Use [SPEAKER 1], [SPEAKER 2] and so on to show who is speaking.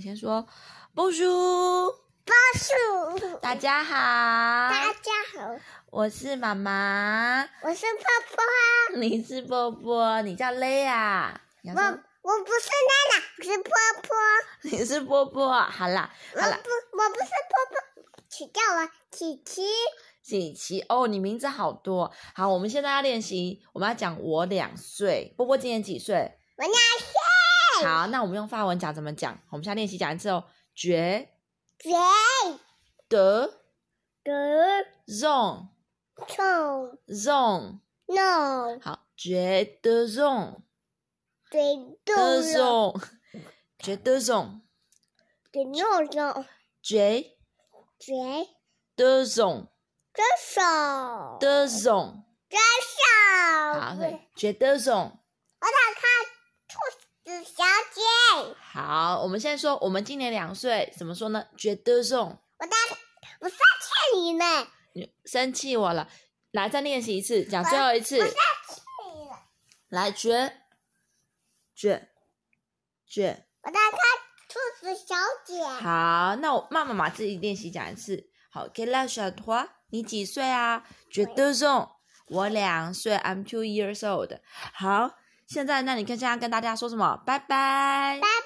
[SPEAKER 1] 先说 b o n
[SPEAKER 2] 树，
[SPEAKER 1] 大家好，
[SPEAKER 2] 大家好，
[SPEAKER 1] 我是妈妈，
[SPEAKER 2] 我是泡泡啊，
[SPEAKER 1] 你是波波，你叫 Lea，你要
[SPEAKER 2] 我
[SPEAKER 1] 说
[SPEAKER 2] 我不是娜娜，我是波波，
[SPEAKER 1] 你是波波，好啦好
[SPEAKER 2] 我
[SPEAKER 1] 啦，
[SPEAKER 2] 不我不是波波，请叫我琪琪，
[SPEAKER 1] 锦琪哦，你名字好多，好，我们现在要练习，我们要讲我两岁，波波今年几岁？
[SPEAKER 2] 我俩
[SPEAKER 1] 好，那我们用法文讲怎么讲？我们现在练习讲一次哦，觉
[SPEAKER 2] 谁
[SPEAKER 1] 得
[SPEAKER 2] 的
[SPEAKER 1] zone
[SPEAKER 2] 臭
[SPEAKER 1] zone，
[SPEAKER 2] no
[SPEAKER 1] 好，觉得 zone
[SPEAKER 2] 嘴
[SPEAKER 1] 的
[SPEAKER 2] 动了，
[SPEAKER 1] zone，觉得 zone，
[SPEAKER 2] 嘴弄弄，
[SPEAKER 1] 觉
[SPEAKER 2] 嘴
[SPEAKER 1] 得 zone
[SPEAKER 2] 真手
[SPEAKER 1] 的 zone，
[SPEAKER 2] 真手，
[SPEAKER 1] 好，所以觉得 zone。
[SPEAKER 2] 我想看兔子小姐，
[SPEAKER 1] 好，我们现在说，我们今年两岁，怎么说呢？觉得 zone，
[SPEAKER 2] 我在我在欠你呢，
[SPEAKER 1] 你生气我了，来再练习一次，讲最后一次
[SPEAKER 2] 我，在欠你了，
[SPEAKER 1] 来觉觉觉。
[SPEAKER 2] 我在看兔子小姐，
[SPEAKER 1] 好，那我妈妈妈自己练习讲一次。好 q u e l âge as toi？你几岁啊？觉得 zone，我两岁，I'm two years old。好，现在那你看现在跟大家说什么？拜拜
[SPEAKER 2] 拜。